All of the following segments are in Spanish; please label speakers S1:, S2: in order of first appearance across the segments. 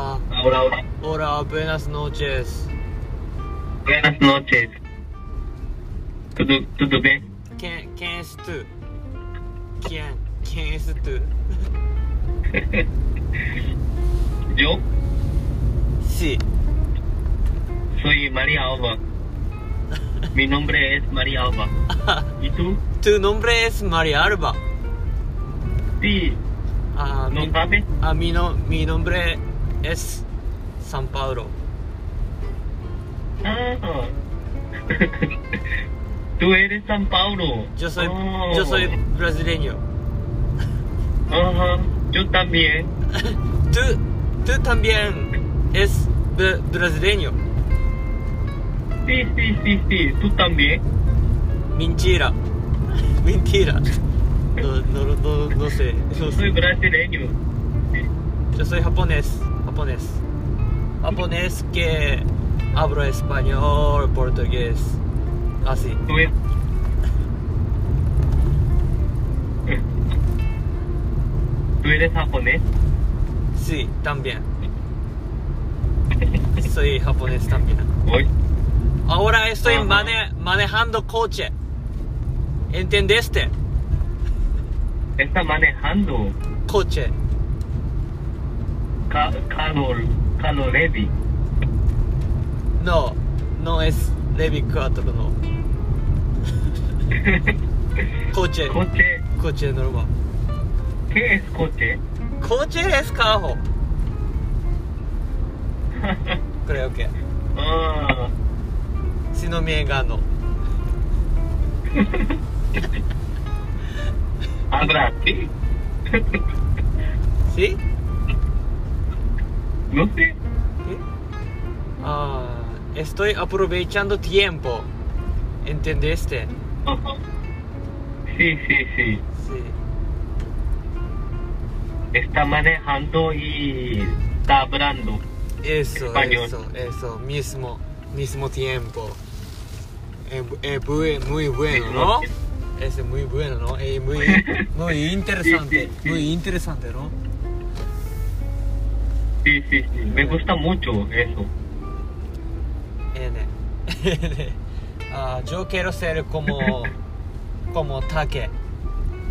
S1: Hola,
S2: Hola, buenas noches.
S1: buenas noches. Tudo, tudo bem?
S2: ¿Quién, quién es tú? ¿Quién, quién es tú?
S1: Eu
S2: Sí.
S1: sou Maria Alba. Mi nombre es Maria Alba. ¿Y tú?
S2: Tu nombre es María Alba.
S1: Sí,
S2: Ah,
S1: ¿no
S2: mi,
S1: sabes?
S2: ah, mi, no- mi nombre es San Pablo.
S1: Ah. Tú eres San Paulo.
S2: Yo soy,
S1: Oh.
S2: yo soy brasileño.
S1: Ajá, yo también.
S2: Tú, tú también es bra- brasileño.
S1: Sí, sí, sí, sí, tú también.
S2: Mentira. Mentira. No, no, no, no sé. No
S1: Yo
S2: sé.
S1: soy brasileño.
S2: Yo soy japonés, japonés. Japonés que hablo español, portugués. Así.
S1: Tú eres... ¿Tú eres japonés?
S2: Sí, también. Soy japonés también.
S1: Hoy.
S2: Ahora estoy
S1: Ajá.
S2: mane- manejando coche. ¿Entendiste?
S1: Está manejando
S2: Coche.
S1: Ca calor, calorevi.
S2: No, no es Levi 4, no. Coche,
S1: Coche,
S2: coche normal.
S1: ¿qué es coche?
S2: Coche es carro, creo que.
S1: ah,
S2: Si no me engano.
S1: habla así.
S2: ¿Sí?
S1: no sé.
S2: ¿Sí? Ah, estoy aprovechando tiempo. ¿Entendiste?
S1: Ajá. Sí, sí, sí.
S2: Sí.
S1: Está manejando y está hablando.
S2: Eso,
S1: Español.
S2: eso, eso. Mismo, mismo tiempo. Es bu- es bu- eh, muy bueno,
S1: Mismo
S2: ¿no?
S1: tiempo.
S2: Es muy bueno, ¿no? Es muy, muy interesante.
S1: Sí, sí, sí.
S2: Muy interesante, ¿no?
S1: Sí, sí, sí. Me gusta mucho eso.
S2: N. N. Ah, yo quiero ser como, como Take.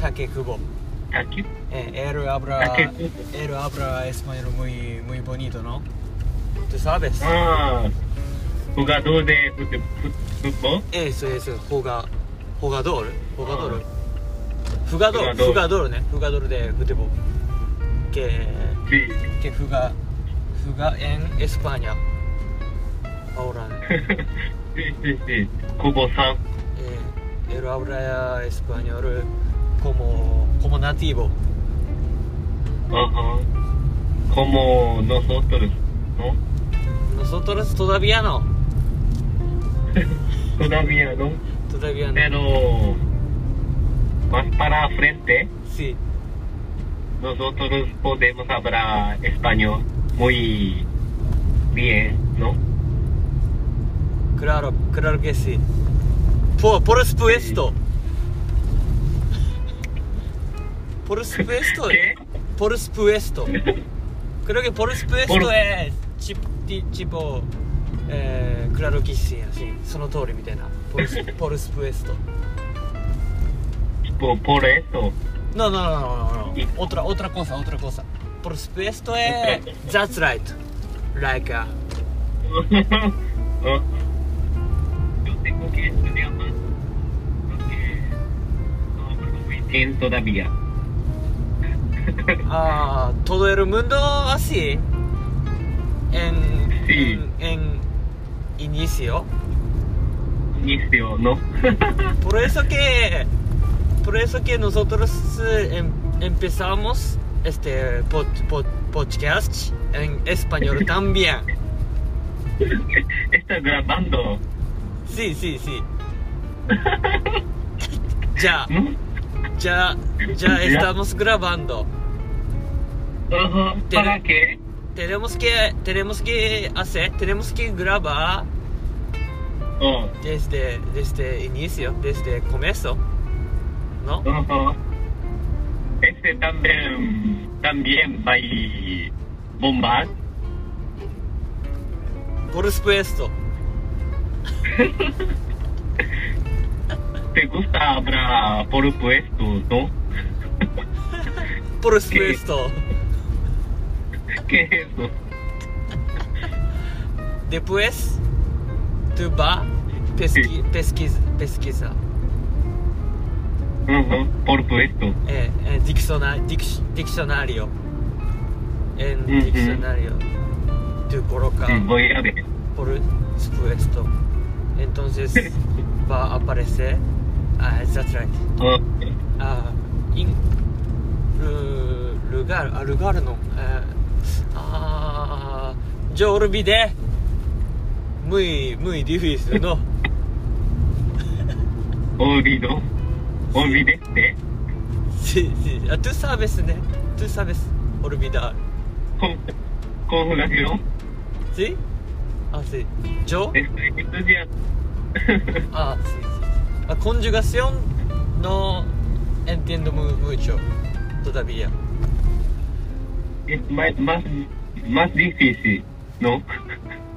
S2: Take Kubo.
S1: Aquí.
S2: Eh, él habla,
S1: Take Kubo.
S2: él habla español muy, muy bonito, ¿no? ¿Tú sabes?
S1: Ah, jugador de fut- fut- fútbol.
S2: Eso, eso, juega, jugador, jugador. Jugador,
S1: Jugador.
S2: jugador, ¿no? Jugador de fútbol. Que,
S1: Sí.
S2: que juega, juega en España. Ahora, ¿no?
S1: sí, sí, sí. Kubo-san.
S2: eh, él habla español eh, como, como nativo.
S1: Ajá. Como nosotros, ¿no?
S2: Nosotros todavía no,
S1: Todavía no.
S2: todavía no.
S1: Pero más para frente,
S2: Sí,
S1: nosotros podemos hablar español muy bien, ¿no?
S2: claro, claro que sí. Por, por supuesto. Por supuesto.
S1: ¿Qué?
S2: Por supuesto. Creo que por supuesto
S1: Por-
S2: es chip- ti- tipo, eh, claro que sí, así,その通りみたいな。Por, su- por supuesto.
S1: Por, por eso.
S2: No, no, no, no, no, no.
S1: Sí.
S2: Otra, otra cosa, otra cosa. Por supuesto es.
S1: Otra
S2: That's right. Like, uh,
S1: No. Yo tengo que estudiar más porque no hablo muy bien todavía.
S2: ah, todo el mundo así. En.
S1: Sí.
S2: En, en inicio.
S1: Inicio, ¿no?
S2: Por eso que. Por eso que nosotros eh, em- empezamos este pod- pod- podcast en español también.
S1: Está grabando,
S2: Sí, sí, sí. Ya,
S1: ¿no?
S2: ya, ya
S1: Ya.
S2: estamos grabando.
S1: Ajá. ¿Para qué?
S2: Tenemos que, tenemos que hacer, tenemos que grabar
S1: Oh,
S2: desde, desde inicio, desde comienzo, ¿no?
S1: ajá. Este también, también hay bombas.
S2: por supuesto.
S1: Te gusta hablar por supuesto, ¿no?
S2: Por supuesto.
S1: ¿Qué es eso?
S2: Después, tú vas pesqui, pesquisa, pesquisa.
S1: Ujú, por supuesto.
S2: Eh, eh, dicciona- dic- diccionario. En
S1: Ujú.
S2: diccionario. Tú colocas
S1: Mm, Voy a ver.
S2: por supuesto. Entonces va a aparecer. Ah, that's right.
S1: Ok.
S2: Ah, in- lu- lugar, ah, lugar no. Eh, ah, yo olvidé. Muy, muy difícil, ¿no?
S1: Olvido. Olvideste.
S2: Sí, sí. Ah, tú sabes, ¿no? Tú sabes olvidar.
S1: Con- Conjugación.
S2: ¿Sí? Ah, sí. Yo.
S1: Estoy estudiando.
S2: Ah, sí, sí. La conjugación no entiendo mu- mucho todavía.
S1: es más, más, más difícil, ¿no?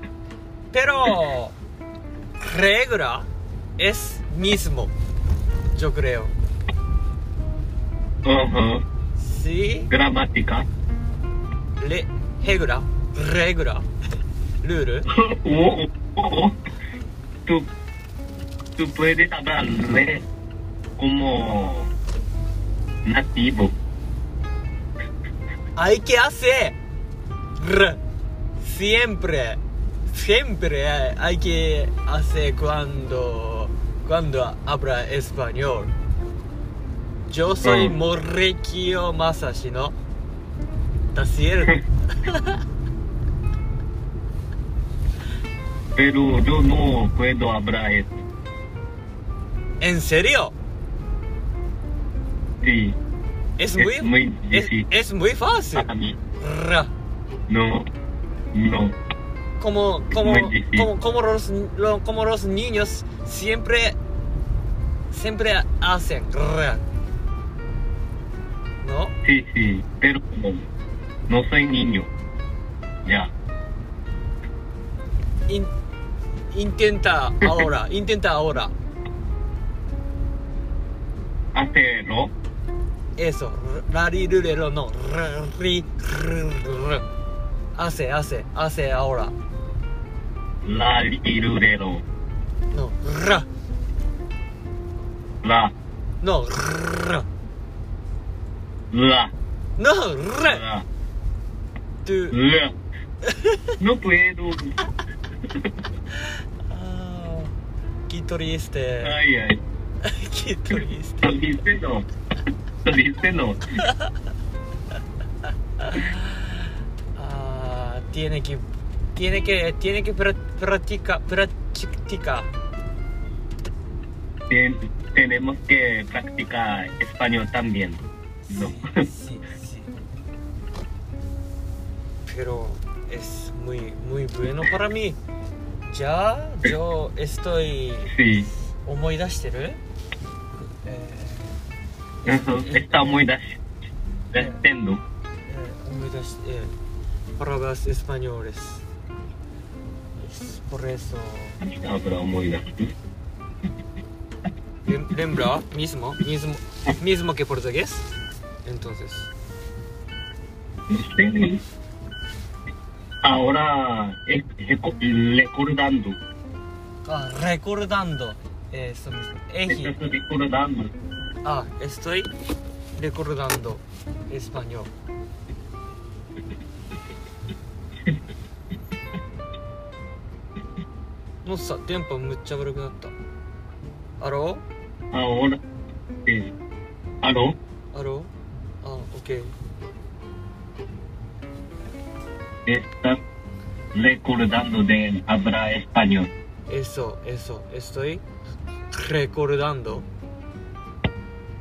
S2: Pero regla es mismo, yo creo.
S1: Ajá.
S2: Sí,
S1: Gramática.
S2: le, regla, regla, rule.
S1: Oh, oh, oh. Tú, tú puedes hablar inglés como nativo.
S2: Hay que hacer. R. Siempre, siempre hay que hacer cuando, cuando habla español. Yo soy
S1: Mm.
S2: Morikio Masashi, ¿no? ¿Está cierto?
S1: Pero yo no puedo hablar eso.
S2: ¿En serio?
S1: Sí,
S2: Es
S1: Es
S2: muy,
S1: muy
S2: es,
S1: difícil.
S2: es muy fácil.
S1: para mí.
S2: Ra.
S1: No, no.
S2: Como, como,
S1: muy difícil.
S2: como, como los, lo- como los niños siempre, siempre hacen. Ra. ¿No?
S1: Sí, sí, pero no, no soy niño. Ya.
S2: In- intenta ahora, intenta ahora.
S1: Hacerlo.
S2: Eso. La ri ru, re, ro, no. Ra, ri, ru, ru. Hace, hace, hace ahora.
S1: La, li, ru, re, ro.
S2: No. Ra.
S1: La,
S2: No. Ra.
S1: la,
S2: No. Ra.
S1: la,
S2: Tú-
S1: la. No puedo.
S2: Ah, qué triste.
S1: Ay, ay. Pues
S2: qué triste.
S1: Saliste no. Saliste no.
S2: Ah, tiene que tiene que tiene que pra- practica practica.
S1: Ten- tenemos que practicar español también. No.
S2: Sí, sí. Pero es muy muy bueno para mí. Ya yo estoy ¿eh?
S1: Sí.
S2: 思い出してる？え
S1: Eso está muy das. Destendo.
S2: ーえー思い出して、えー、palabras eh, españoles. Es por eso.
S1: Habrá muy das.
S2: Lem- Lembra mismo, mismo, mismo que portugués. Entonces,
S1: Sí. Ahora eh, reco- recordando.
S2: ah, recordando eso mismo. Eji,
S1: Estás recordando.
S2: ah, estoy recordando español. No sé, tiempo mucho悪くなった。Aló,
S1: Ahora. Sí. ¿Aló?
S2: aló, ah, ok.
S1: Estás recordando de hablar español.
S2: Eso, eso, estoy recordando.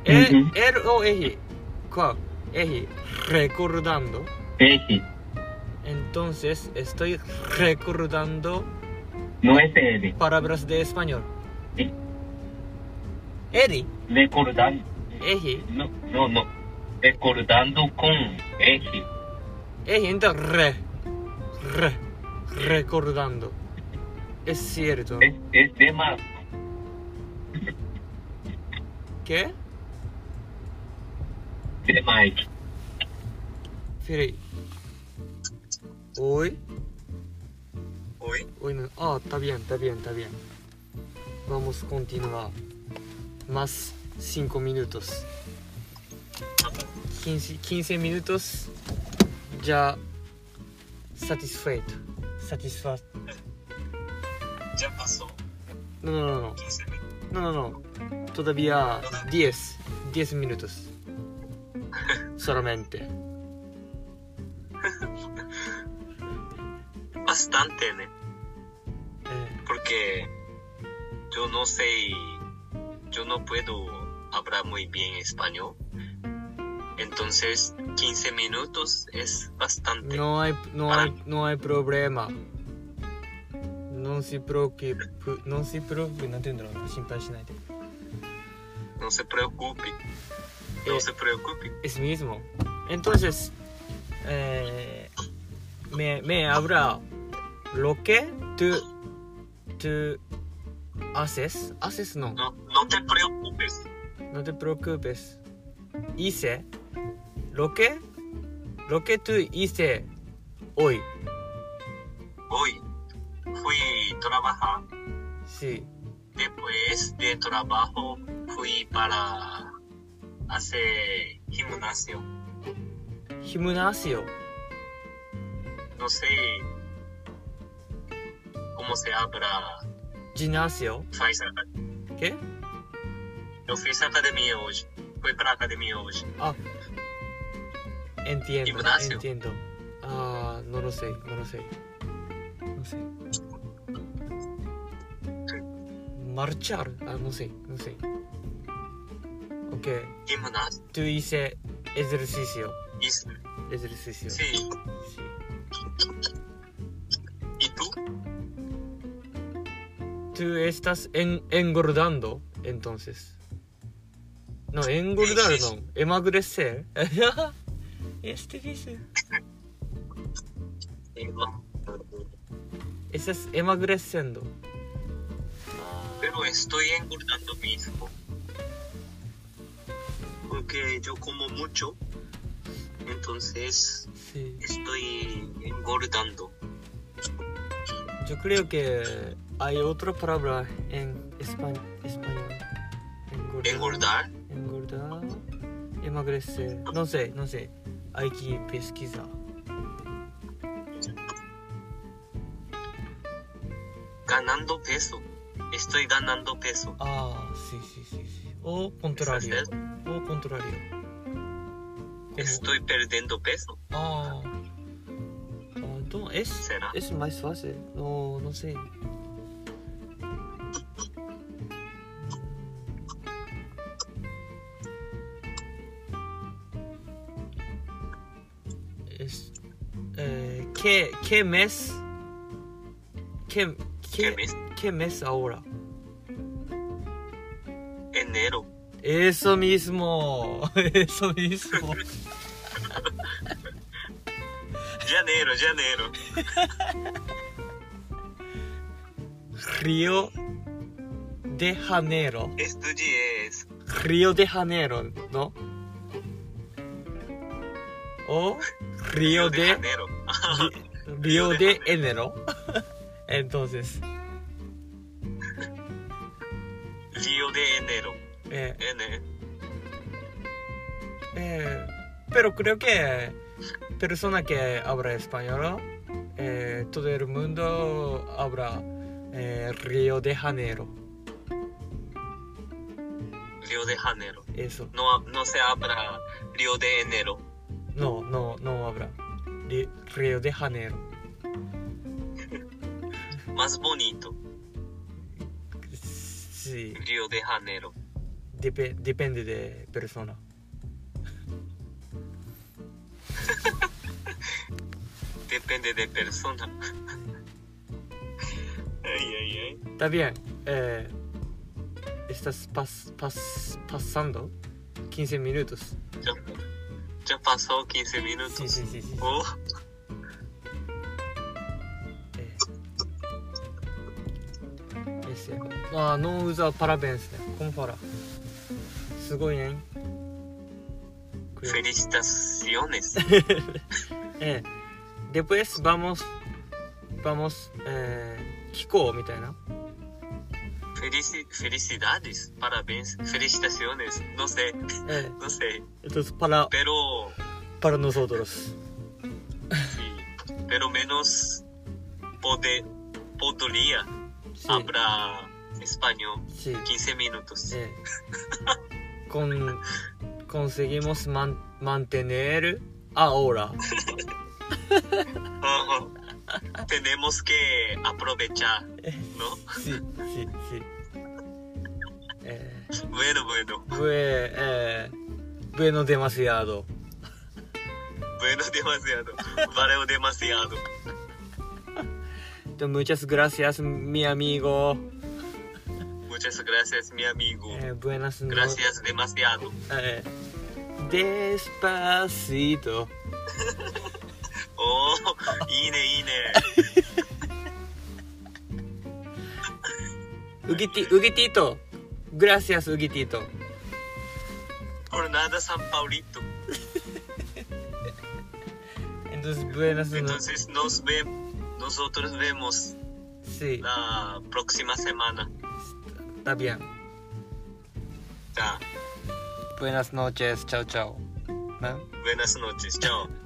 S2: El,
S1: Ujú.
S2: el o eji, cuál, eji, recordando.
S1: Eje.
S2: Entonces estoy recordando
S1: No es Eri.
S2: palabras de español.
S1: Sí.
S2: Eri,
S1: Recordando.
S2: eji,
S1: No, no, no. Recordando con eje.
S2: eji, entonces re, re, recordando. Es cierto.
S1: Es, es de más.
S2: ¿Qué?
S1: De Mike.
S2: Firi. Uy.
S1: Hoy.
S2: Uy, no. Ah, está bien, está bien, está bien. Vamos a continuar. Más 5 minutos. 15, 15 minutos. Ya. Satisfeito. Satisfa.
S1: Ya pasó
S2: No, no, no, no.
S1: 15 minutos.
S2: No, no, no. Todavía 10. 10 minutos. Solamente.
S1: Bastante, ¿no?
S2: Eh,
S1: porque yo no sé, yo no puedo hablar muy bien español. Entonces, 15 minutos es bastante.
S2: no, hay, no, hay, no hay problema. No se preocupe. No se preocupe. No tendrá. 心配しないで.
S1: No se preocupe, no
S2: Eh,
S1: se preocupe.
S2: Es mismo. Entonces, eh, me, me habla lo que tú, tú haces. Haces no.
S1: No, no te preocupes.
S2: No te preocupes. Hice lo que, lo que tú hice hoy.
S1: Hoy fui a trabajar,
S2: Sí.
S1: después de trabajo fui para hacer gimnasio.
S2: Gimnasio.
S1: No sé cómo se habla
S2: Gimnasio.
S1: Pfizer.
S2: ¿Qué?
S1: Eu fiz academia hoje. Fui pra academia hoje.
S2: Entiendo.
S1: Gimnasio.
S2: Entiendo. Ah, no lo sé. No lo sé. No sé. Marchar. Ah, no sé. No sé. Ok.
S1: Gimnasio.
S2: Tú hice ejercicio.
S1: Isso.
S2: Ejercicio.
S1: Sim.
S2: Sí.
S1: E tu?
S2: Tú estás en- engordando, entonces. No, engordar
S1: Sí, sí.
S2: no, emagrecer. es difícil. Estás emagreciendo. Ah,
S1: Eu estou engordando mesmo. Porque eu como muito. Entonces
S2: Sí.
S1: estou engordando.
S2: Yo creo que hay otra palabra en espa- español. Engordar.
S1: Engordar?
S2: Engordar, Emagrecer. No sé, no sé. Hay que pesquisar.
S1: Ganando peso. Estou ganando peso.
S2: Ah, sí, sí, sí. sí. O contrario.
S1: ¿Estás
S2: O contrario. Como-
S1: Estou perdendo peso.
S2: Ah. Ah, Então, esse,
S1: Será?
S2: esse é mais fácil. Não, não sei. Es, eh, que, que mês? Que,
S1: Que
S2: que,
S1: mês?
S2: que mês agora?
S1: Enero.
S2: Eso mismo! Eso mismo!
S1: Janeiro, janeiro.
S2: Rio de Janeiro.
S1: Estudiei isso.
S2: Río de Janeiro, ¿no? O Río de
S1: Janeiro.
S2: Río
S1: Río de
S2: de Enero. Entonces,
S1: Rio de Janeiro.
S2: eh,
S1: Ene-
S2: eh, pero creo que persona que habla español, eh, todo el mundo habla eh, Río de Janeiro.
S1: Rio de Janeiro.
S2: Eso.
S1: No, no se habla Rio de Janeiro.
S2: No, no, no habla. Ri- Río de Janeiro.
S1: Más bonito,
S2: Sí,
S1: Rio de Janeiro.
S2: depe- depende de persona.
S1: Depende de persona. Ay, ay, ay.
S2: Está bien. eh, estás pas- pas- pasando 15 minutos.
S1: Ya, ya pasó 15 minutos.
S2: Sí, sí, sí. sí.
S1: Oh,
S2: Eh, dice. Ah, no usa parabéns, né? Como fala? すごいね。
S1: Felicitaciones.
S2: Eh, después vamos, vamos, eh, 聞こうみたいな。
S1: Felici- felicidades. Parabéns. Felicitaciones. No sé,
S2: え
S1: no sé.
S2: え、entonces para
S1: Pero,
S2: para nosotros.
S1: sí, pero menos pode, podría
S2: Sí,
S1: hablar español
S2: sí.
S1: 15 minutos.
S2: Eh, con conseguimos man, mantener ahora.
S1: Ajá. Tenemos que aprovechar, ¿no?
S2: Sí, sí, sí. Eh,
S1: Bueno, bueno.
S2: fue, eh, bueno demasiado.
S1: Bueno, demasiado. Valeo demasiado.
S2: Entonces, muchas gracias, mi amigo.
S1: Muchas gracias, mi amigo.
S2: Eh, buenas no-
S1: Gracias demasiado.
S2: Eh, despacito.
S1: Oh, ine, ine.
S2: Uguiti- Uguitito. Gracias, Uguitito.
S1: Por nada, San Paulito.
S2: Entonces, buenas no-
S1: Entonces nos vemos. Nosotros vemos
S2: Sí,
S1: la próxima semana.
S2: está bien.
S1: Ya.
S2: Buenas noches. Chao, chao. ¿No?
S1: Buenas noches. Chao.